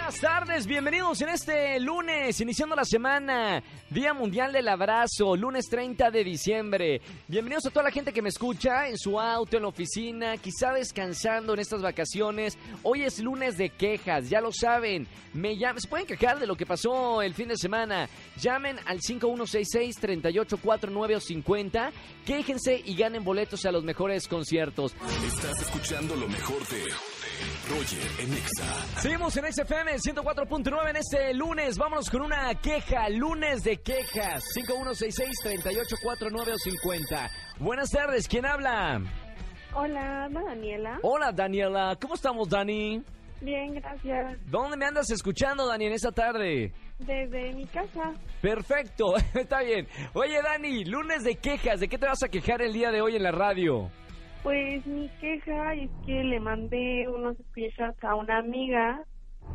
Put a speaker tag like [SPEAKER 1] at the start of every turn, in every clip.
[SPEAKER 1] Buenas tardes, bienvenidos en este lunes, iniciando la semana, Día Mundial del Abrazo, lunes 30 de diciembre. Bienvenidos a toda la gente que me escucha en su auto, en la oficina, quizá descansando en estas vacaciones. Hoy es lunes de quejas, ya lo saben. Me llam- Se pueden quejar de lo que pasó el fin de semana. Llamen al 5166-3849 o 50, quéjense y ganen boletos a los mejores conciertos.
[SPEAKER 2] Estás escuchando lo mejor de Roger en Exa.
[SPEAKER 1] Seguimos en XFM 104.9 en este lunes. Vámonos con una queja, lunes de quejas. 5166-3849-50. Buenas tardes, ¿quién habla?
[SPEAKER 3] Hola, habla Daniela.
[SPEAKER 1] Hola, Daniela. ¿Cómo estamos, Dani?
[SPEAKER 3] Bien, gracias.
[SPEAKER 1] ¿Dónde me andas escuchando, Dani, en esta tarde?
[SPEAKER 3] Desde mi casa,
[SPEAKER 1] Perfecto, está bien. Oye, Dani, lunes de quejas. ¿De qué te vas a quejar el día de hoy en la radio?
[SPEAKER 3] pues mi queja es que le mandé unos screenshots a una amiga,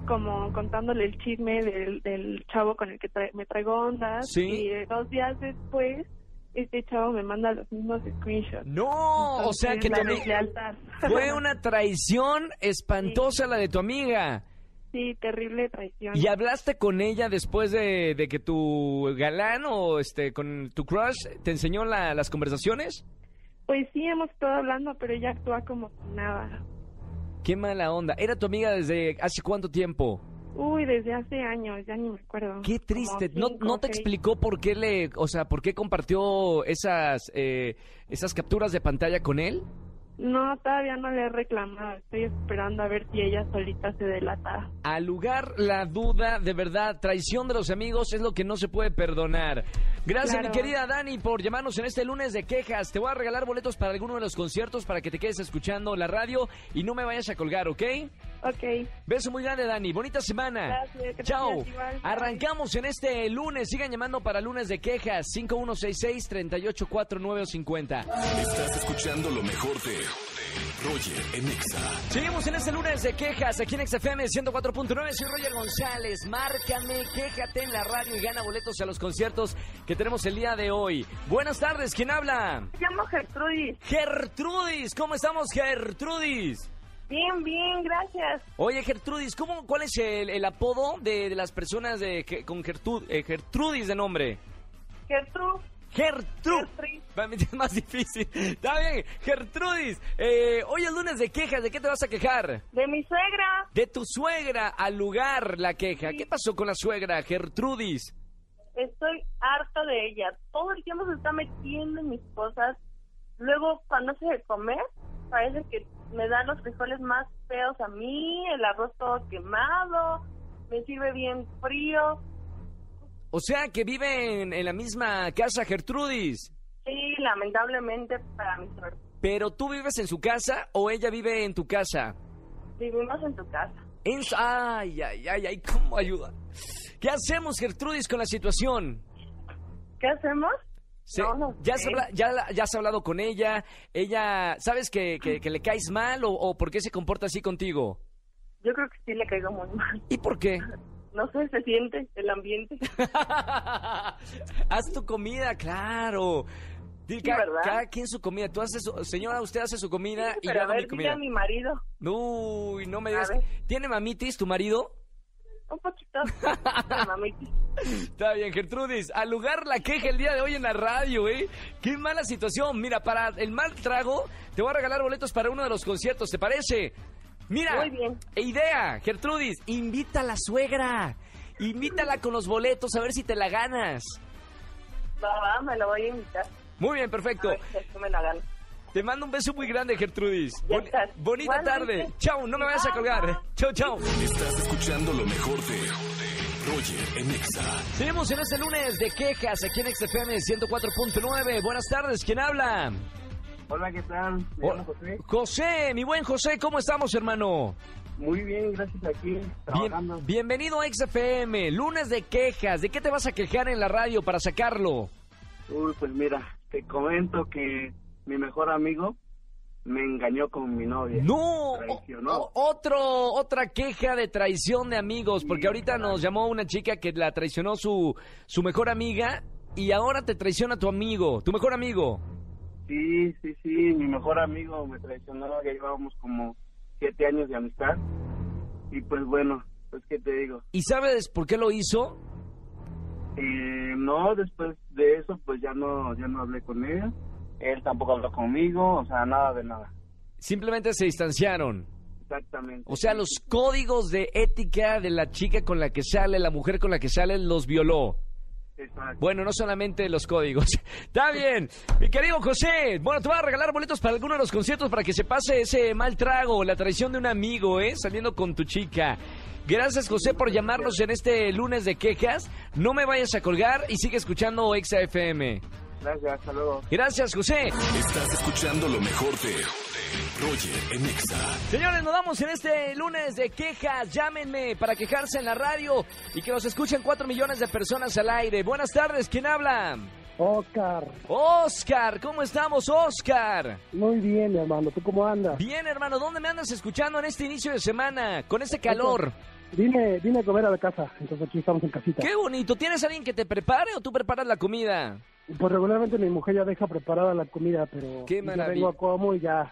[SPEAKER 3] como contándole el chisme del, del chavo con el que tra- me traigo ondas.
[SPEAKER 1] Sí.
[SPEAKER 3] Y eh, dos días después, este chavo me manda los mismos screenshots.
[SPEAKER 1] No, o sea que
[SPEAKER 3] Entonces,
[SPEAKER 1] tu
[SPEAKER 3] la
[SPEAKER 1] ami-
[SPEAKER 3] deslealtad.
[SPEAKER 1] fue una traición espantosa la de tu amiga.
[SPEAKER 3] Sí, terrible traición.
[SPEAKER 1] ¿Y hablaste con ella después de, de que tu galán o este con tu crush te enseñó la- las conversaciones?
[SPEAKER 3] Pues sí, hemos estado hablando, pero ella actúa como si nada.
[SPEAKER 1] Qué mala onda. ¿Era tu amiga desde hace cuánto tiempo?
[SPEAKER 3] Uy, desde hace años, ya ni me acuerdo.
[SPEAKER 1] Qué
[SPEAKER 3] Como
[SPEAKER 1] triste. ¿No,
[SPEAKER 3] cinco,
[SPEAKER 1] no te
[SPEAKER 3] seis.
[SPEAKER 1] explicó por qué le, o sea, por qué compartió esas eh, esas capturas de pantalla con él?
[SPEAKER 3] No, todavía no le he reclamado. Estoy esperando a ver si ella solita se delata.
[SPEAKER 1] Al lugar la duda, de verdad, traición de los amigos es lo que no se puede perdonar. Gracias,
[SPEAKER 3] Claro.
[SPEAKER 1] mi querida Dani, por llamarnos en este lunes de quejas. Te voy a regalar boletos para alguno de los conciertos para que te quedes escuchando la radio y no me vayas a colgar, ¿ok?
[SPEAKER 3] Ok,
[SPEAKER 1] Beso muy grande, Dani. Bonita semana.
[SPEAKER 3] Gracias, gracias,
[SPEAKER 1] Chao.
[SPEAKER 3] igual.
[SPEAKER 1] Arrancamos en este lunes. Sigan llamando para lunes de quejas. 5166-384950.
[SPEAKER 2] Estás escuchando lo mejor de Roger en Exa.
[SPEAKER 1] Seguimos en este lunes de quejas aquí en XFM 104.9. Soy Roger González. Márcame, quéjate en la radio y gana boletos a los conciertos que tenemos el día de hoy. Buenas tardes. ¿Quién habla?
[SPEAKER 4] Me llamo Gertrudis.
[SPEAKER 1] Gertrudis. ¿Cómo estamos, Gertrudis?
[SPEAKER 4] Bien, bien, gracias.
[SPEAKER 1] Oye, Gertrudis, ¿cómo, ¿cuál es el, el apodo de, de las personas de, que- con Gertu- eh, Gertrudis de nombre?
[SPEAKER 4] Gertrud,
[SPEAKER 1] Gertrudis.
[SPEAKER 4] Gertrudis.
[SPEAKER 1] Va a meter más difícil. Está bien, Gertrudis. eh, hoy es lunes de quejas. ¿De qué te vas a quejar?
[SPEAKER 4] de mi suegra.
[SPEAKER 1] De tu suegra al lugar la queja. ¿Qué pasó con la suegra, Gertrudis?
[SPEAKER 4] Estoy harta de ella. Todo el tiempo se está metiendo en mis cosas. Luego, cuando hace de comer, parece que me da los frijoles más feos a mí, el arroz todo quemado, me sirve bien frío.
[SPEAKER 1] O sea, que vive en, en la misma casa, Gertrudis.
[SPEAKER 4] Sí, lamentablemente para mi suegra.
[SPEAKER 1] Pero tú vives en su casa o ella vive en tu casa.
[SPEAKER 4] Vivimos en tu casa.
[SPEAKER 1] En su- Ay, ay, ay, ay, ¿cómo ayuda? ¿Qué hacemos, Gertrudis, con la situación?
[SPEAKER 4] ¿Qué hacemos?
[SPEAKER 1] Se-
[SPEAKER 4] No, no
[SPEAKER 1] ya, has
[SPEAKER 4] sé.
[SPEAKER 1] habla- ya, la- ya has hablado con ella, ella, ¿sabes que, que- que le caes mal o, o por qué se comporta así contigo?
[SPEAKER 4] Yo creo que sí le caigo muy mal.
[SPEAKER 1] ¿Y por qué?
[SPEAKER 4] No sé, se siente el ambiente.
[SPEAKER 1] Haz tu comida, claro. Di-
[SPEAKER 4] Sí,
[SPEAKER 1] ca- cada,
[SPEAKER 4] ¿verdad?
[SPEAKER 1] quien su comida. Tú haces, su- señora, usted hace su comida y yo
[SPEAKER 4] Pero a
[SPEAKER 1] hago mi
[SPEAKER 4] ver, dile
[SPEAKER 1] comida.
[SPEAKER 4] a mi marido.
[SPEAKER 1] Uy, no me digas.
[SPEAKER 4] A ver.
[SPEAKER 1] ¿Tiene mamitis tu marido?
[SPEAKER 4] Un poquito. Mamita.
[SPEAKER 1] Está bien, Gertrudis. Al lugar la queja el día de hoy en la radio, ¿eh? Qué mala situación. Mira, para el mal trago, te voy a regalar boletos para uno de los conciertos, ¿te parece? Mira, e
[SPEAKER 4] Muy bien.
[SPEAKER 1] idea, Gertrudis, invita a la suegra. Invítala con los boletos a ver si te la ganas.
[SPEAKER 4] Va, va, me lo voy a invitar. pues,
[SPEAKER 1] Muy bien,
[SPEAKER 4] A
[SPEAKER 1] perfecto.
[SPEAKER 4] ver si así me la gano.
[SPEAKER 1] Te mando un beso muy grande, Gertrudis.
[SPEAKER 4] Ya
[SPEAKER 1] Boni-
[SPEAKER 4] estás.
[SPEAKER 1] bonita
[SPEAKER 4] Igualmente.
[SPEAKER 1] tarde. Chao, no me vayas a colgar. Chao, chao.
[SPEAKER 2] Estás escuchando lo mejor de Roger en Exa.
[SPEAKER 1] Seguimos en este lunes de quejas aquí en XFM 104.9. Buenas tardes, ¿quién habla?
[SPEAKER 5] Hola, ¿qué tal? Me
[SPEAKER 1] Hola.
[SPEAKER 5] llamo José.
[SPEAKER 1] José, mi buen José, ¿cómo estamos, hermano?
[SPEAKER 5] Muy bien, gracias aquí,
[SPEAKER 1] Bien-
[SPEAKER 5] trabajando.
[SPEAKER 1] bienvenido a XFM, lunes de quejas. ¿De qué te vas a quejar en la radio para sacarlo?
[SPEAKER 5] Uy, pues mira, te comento que mi mejor amigo me engañó con mi novia.
[SPEAKER 1] No,
[SPEAKER 5] Traicionó.
[SPEAKER 1] o- otro, otra queja de traición de amigos, porque ahorita nos llamó una chica que la traicionó su, su mejor amiga y ahora te traiciona tu amigo, tu mejor amigo.
[SPEAKER 5] Sí, sí, sí, mi mejor amigo me traicionó, ya llevábamos como siete años de amistad. Y pues bueno, pues qué te digo.
[SPEAKER 1] ¿Y sabes por qué lo hizo?
[SPEAKER 5] Eh, no, después de eso pues ya no, ya no hablé con ella. Él tampoco habló conmigo, o sea, nada de nada.
[SPEAKER 1] Simplemente se distanciaron.
[SPEAKER 5] Exactamente.
[SPEAKER 1] O sea, los códigos de ética de la chica con la que sale, la mujer con la que sale, los violó.
[SPEAKER 5] Exacto.
[SPEAKER 1] Bueno, no solamente los códigos. Está bien. Mi querido José, bueno, te voy a regalar boletos para alguno de los conciertos para que se pase ese mal trago, la traición de un amigo, ¿eh? Saliendo con tu chica. Gracias, José, por llamarnos en este lunes de quejas. No me vayas a colgar y sigue escuchando Exa FM.
[SPEAKER 5] Gracias, hasta luego.
[SPEAKER 1] Gracias, José.
[SPEAKER 2] Estás escuchando lo mejor de Roger en Exa.
[SPEAKER 1] Señores, nos vamos en este lunes de quejas. Llámenme para quejarse en la radio y que nos escuchen 4 millones de personas al aire. Buenas tardes, ¿quién habla?
[SPEAKER 6] Oscar,
[SPEAKER 1] Oscar, ¿cómo estamos, Oscar?
[SPEAKER 6] muy bien, mi hermano. ¿Tú cómo andas?
[SPEAKER 1] Bien, hermano, ¿dónde me andas escuchando en este inicio de semana? Con este calor.
[SPEAKER 6] Vine, vine a comer a la casa, entonces aquí estamos en casita.
[SPEAKER 1] Qué bonito. ¿Tienes alguien que te prepare o tú preparas la comida?
[SPEAKER 6] Pues regularmente mi mujer ya deja preparada la comida, pero
[SPEAKER 1] Qué
[SPEAKER 6] yo
[SPEAKER 1] maravilla.
[SPEAKER 6] vengo a como y ya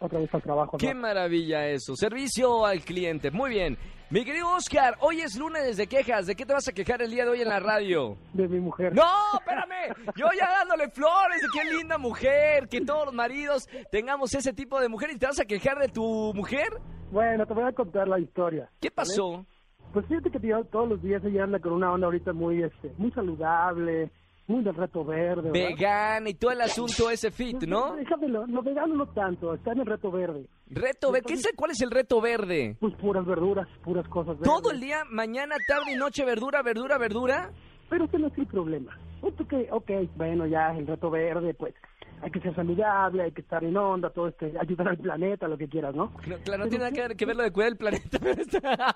[SPEAKER 6] otra vez al trabajo.
[SPEAKER 1] Qué
[SPEAKER 6] ¿no?
[SPEAKER 1] maravilla eso. Servicio al cliente. Muy bien. Mi querido Oscar, hoy es lunes de quejas. ¿De qué te vas a quejar el día de hoy en la radio?
[SPEAKER 6] De mi mujer.
[SPEAKER 1] No, espérame. Yo ya dándole flores de qué linda mujer, que todos los maridos tengamos ese tipo de mujer y te vas a quejar de tu mujer.
[SPEAKER 6] Bueno, te voy a contar la historia.
[SPEAKER 1] ¿Qué pasó?
[SPEAKER 6] Pues fíjate que tío, todos los días ella anda con una onda ahorita muy este, muy saludable, muy del reto verde. ¿verdad?
[SPEAKER 1] Vegana y todo el asunto ese fit, ¿no?
[SPEAKER 6] Déjame, lo, lo vegano no tanto, está en el reto verde.
[SPEAKER 1] Reto verde. ¿Qué es el- ¿Cuál es el reto verde?
[SPEAKER 6] Pues puras verduras, puras cosas verdes.
[SPEAKER 1] Todo el día, mañana, tarde y noche, verdura, verdura, verdura.
[SPEAKER 6] Pero ese no es el problema. Otro que, ok, bueno, ya el reto verde, pues hay que ser saludable, hay que estar en onda, todo este, ayudar al planeta, lo que quieras, ¿no?
[SPEAKER 1] No, claro, no tiene nada que ver, que ver lo de cuidar el planeta. pero está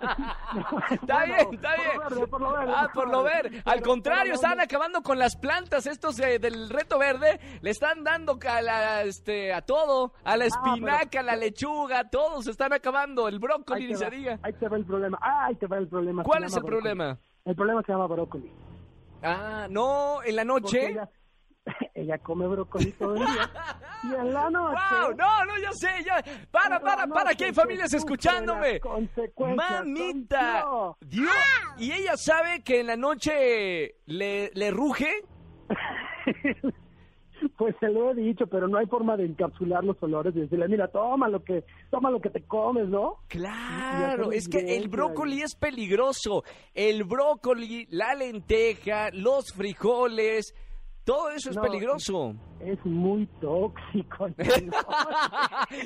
[SPEAKER 1] está
[SPEAKER 6] Bueno,
[SPEAKER 1] bien, está
[SPEAKER 6] por lo
[SPEAKER 1] bien.
[SPEAKER 6] verde, por lo verde,
[SPEAKER 1] Ah, por lo
[SPEAKER 6] verde.
[SPEAKER 1] ver. Al
[SPEAKER 6] Pero-
[SPEAKER 1] contrario,
[SPEAKER 6] pero-
[SPEAKER 1] están acabando con las plantas estos eh, del reto verde. Le están dando a, la, este, a todo, a
[SPEAKER 6] Ah,
[SPEAKER 1] la espinaca, a la lechuga, todos se están acabando. El brócoli,
[SPEAKER 6] Ahí
[SPEAKER 1] ni
[SPEAKER 6] te,
[SPEAKER 1] se
[SPEAKER 6] va,
[SPEAKER 1] diga.
[SPEAKER 6] ahí te va el problema. Ah, ahí te va el problema. Se
[SPEAKER 1] ¿Cuál es
[SPEAKER 6] llama
[SPEAKER 1] el
[SPEAKER 6] brócoli.
[SPEAKER 1] problema?
[SPEAKER 6] El problema se llama brócoli.
[SPEAKER 1] Ah, no, en la
[SPEAKER 6] Porque
[SPEAKER 1] noche.
[SPEAKER 6] Ella, ella come brócoli todo el día. y en la noche...
[SPEAKER 1] ¡Wow! No, no, ya sé, ya. Para,
[SPEAKER 6] Pero
[SPEAKER 1] para,
[SPEAKER 6] no,
[SPEAKER 1] para,
[SPEAKER 6] que
[SPEAKER 1] que hay
[SPEAKER 6] se
[SPEAKER 1] familias
[SPEAKER 6] sufren
[SPEAKER 1] escuchándome.
[SPEAKER 6] las consecuencias,
[SPEAKER 1] Mamita.
[SPEAKER 6] son yo.
[SPEAKER 1] Dios. Y ella sabe que en la noche le, le ruge.
[SPEAKER 6] Pues se lo he dicho, pero no hay forma de encapsular los olores y decirle, mira, toma lo que, toma lo que te comes, ¿no?
[SPEAKER 1] Claro,
[SPEAKER 6] Ya
[SPEAKER 1] es que el
[SPEAKER 6] peligroso,
[SPEAKER 1] brócoli es peligroso. El brócoli, la lenteja, los frijoles, todo eso es
[SPEAKER 6] No,
[SPEAKER 1] peligroso.
[SPEAKER 6] Es muy tóxico. amigo.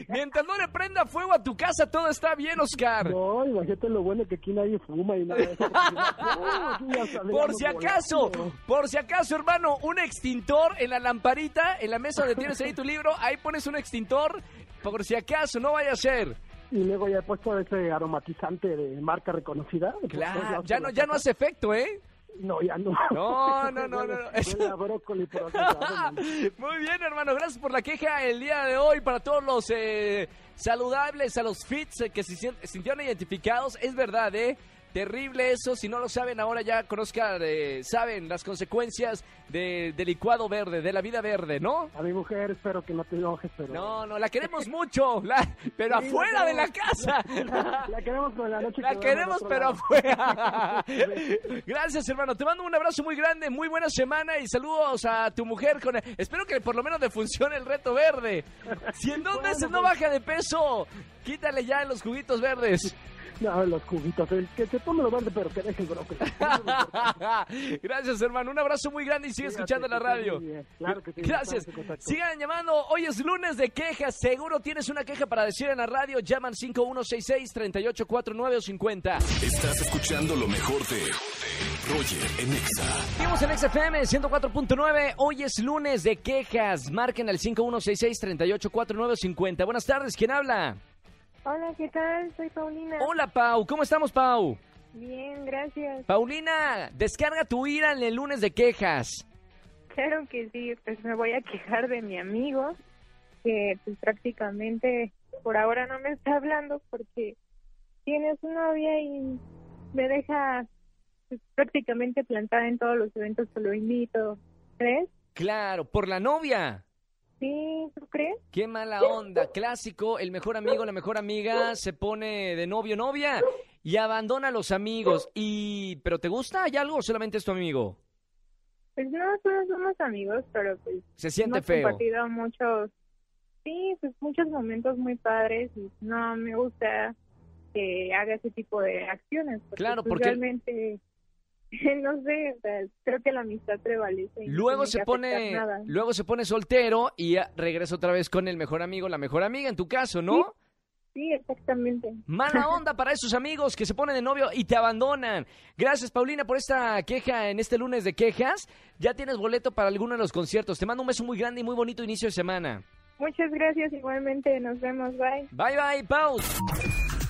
[SPEAKER 1] Mientras no le prenda fuego a tu casa, todo está bien, Oscar.
[SPEAKER 6] No, imagínate lo bueno que aquí nadie fuma y nada de eso. No, aquí ya saldríamos
[SPEAKER 1] Por si acaso,
[SPEAKER 6] volando.
[SPEAKER 1] por si acaso, hermano, un extintor en la lamparita, en la mesa donde tienes ahí tu libro, ahí pones un extintor, por si acaso, no vaya a ser.
[SPEAKER 6] Y luego ya he puesto ese aromatizante de marca reconocida. Pues, pues,
[SPEAKER 1] Claro,
[SPEAKER 6] se
[SPEAKER 1] ya
[SPEAKER 6] la
[SPEAKER 1] no, ya no
[SPEAKER 6] saca.
[SPEAKER 1] hace efecto, ¿eh?
[SPEAKER 6] No, ya no.
[SPEAKER 1] No, no, no, no, no.
[SPEAKER 6] Huele a brócoli procesado, man.
[SPEAKER 1] Muy bien, hermano, gracias por la queja el día de hoy para todos los eh, saludables, a los fits eh, que se sint- sintieron identificados. Es verdad, ¿eh? Terrible eso, si no lo saben ahora ya conozcan, eh, saben las consecuencias de- del licuado verde, de la vida verde, ¿no?
[SPEAKER 6] A mi mujer espero que no te enojes, pero...
[SPEAKER 1] No, no, la queremos mucho, la- pero
[SPEAKER 6] Sí, la
[SPEAKER 1] afuera de la
[SPEAKER 6] queremos.
[SPEAKER 1] casa.
[SPEAKER 6] La queremos con la noche.
[SPEAKER 1] La
[SPEAKER 6] que
[SPEAKER 1] queremos,
[SPEAKER 6] duerme en
[SPEAKER 1] pero
[SPEAKER 6] otro
[SPEAKER 1] afuera.
[SPEAKER 6] lado. Sí.
[SPEAKER 1] Gracias, hermano. Te mando un abrazo muy grande, muy buena semana y saludos a tu mujer. Con... Espero que por lo menos le funcione el reto verde. Si en dos
[SPEAKER 6] Bueno,
[SPEAKER 1] meses no
[SPEAKER 6] pues.
[SPEAKER 1] baja de peso, quítale ya los juguitos verdes.
[SPEAKER 6] No, los juguitos. El que se tome lo verde, pero que deje el brócoli.
[SPEAKER 1] Gracias, hermano. Un abrazo muy grande y sigue
[SPEAKER 6] Cuídate,
[SPEAKER 1] escuchando la
[SPEAKER 6] que estés
[SPEAKER 1] radio.
[SPEAKER 6] muy bien. Claro que sí,
[SPEAKER 1] Gracias.
[SPEAKER 6] estamos en contacto.
[SPEAKER 1] Sigan llamando. Hoy es lunes de quejas. Seguro tienes una queja para decir en la radio. Llaman 5166-3849 o 50.
[SPEAKER 2] Estás escuchando lo mejor de Roger en Exa.
[SPEAKER 1] Seguimos en XFM 104.9. Hoy es lunes de quejas. Marquen al 5166-3849-50. Buenas tardes. ¿Quién habla?
[SPEAKER 3] Hola, ¿qué tal? Soy Paulina.
[SPEAKER 1] Hola, Pau. ¿Cómo estamos, Pau?
[SPEAKER 3] Bien, gracias.
[SPEAKER 1] Paulina, descarga tu ira en el lunes de quejas.
[SPEAKER 3] Claro que sí, pues me voy a quejar de mi amigo
[SPEAKER 7] que pues prácticamente por ahora no me está hablando porque tiene su novia y me deja pues, prácticamente plantada en todos los eventos que lo invito. ¿Crees?
[SPEAKER 1] Claro, por la novia.
[SPEAKER 7] Sí, ¿tú crees?
[SPEAKER 1] Qué mala onda. Clásico, el mejor amigo, la mejor amiga se pone de novio, novia y abandona a los amigos. Y, ¿pero te gusta? ¿Hay algo o solamente es tu amigo?
[SPEAKER 7] Pues no, solo somos amigos, pero pues
[SPEAKER 1] Se siente
[SPEAKER 7] hemos
[SPEAKER 1] feo.
[SPEAKER 7] compartido muchos, sí, pues muchos momentos muy padres y no me gusta que haga ese tipo de acciones. Porque,
[SPEAKER 1] Claro,
[SPEAKER 7] pues,
[SPEAKER 1] porque-
[SPEAKER 7] realmente, no sé, o sea, creo que la amistad prevalece. y no
[SPEAKER 1] Luego
[SPEAKER 7] tiene
[SPEAKER 1] se
[SPEAKER 7] que
[SPEAKER 1] pone,
[SPEAKER 7] afectar nada.
[SPEAKER 1] luego se pone soltero y ah, regresa otra vez con el mejor amigo, la mejor amiga, en tu caso, ¿no?
[SPEAKER 7] Sí. Sí, exactamente.
[SPEAKER 1] Mala onda para esos amigos que se ponen de novio y te abandonan. Gracias, Paulina, por esta queja en este lunes de quejas. Ya tienes boleto para alguno de los conciertos. Te mando un beso muy grande y muy bonito inicio de semana.
[SPEAKER 7] Muchas gracias igualmente, nos vemos, bye.
[SPEAKER 1] Bye, bye, Pau.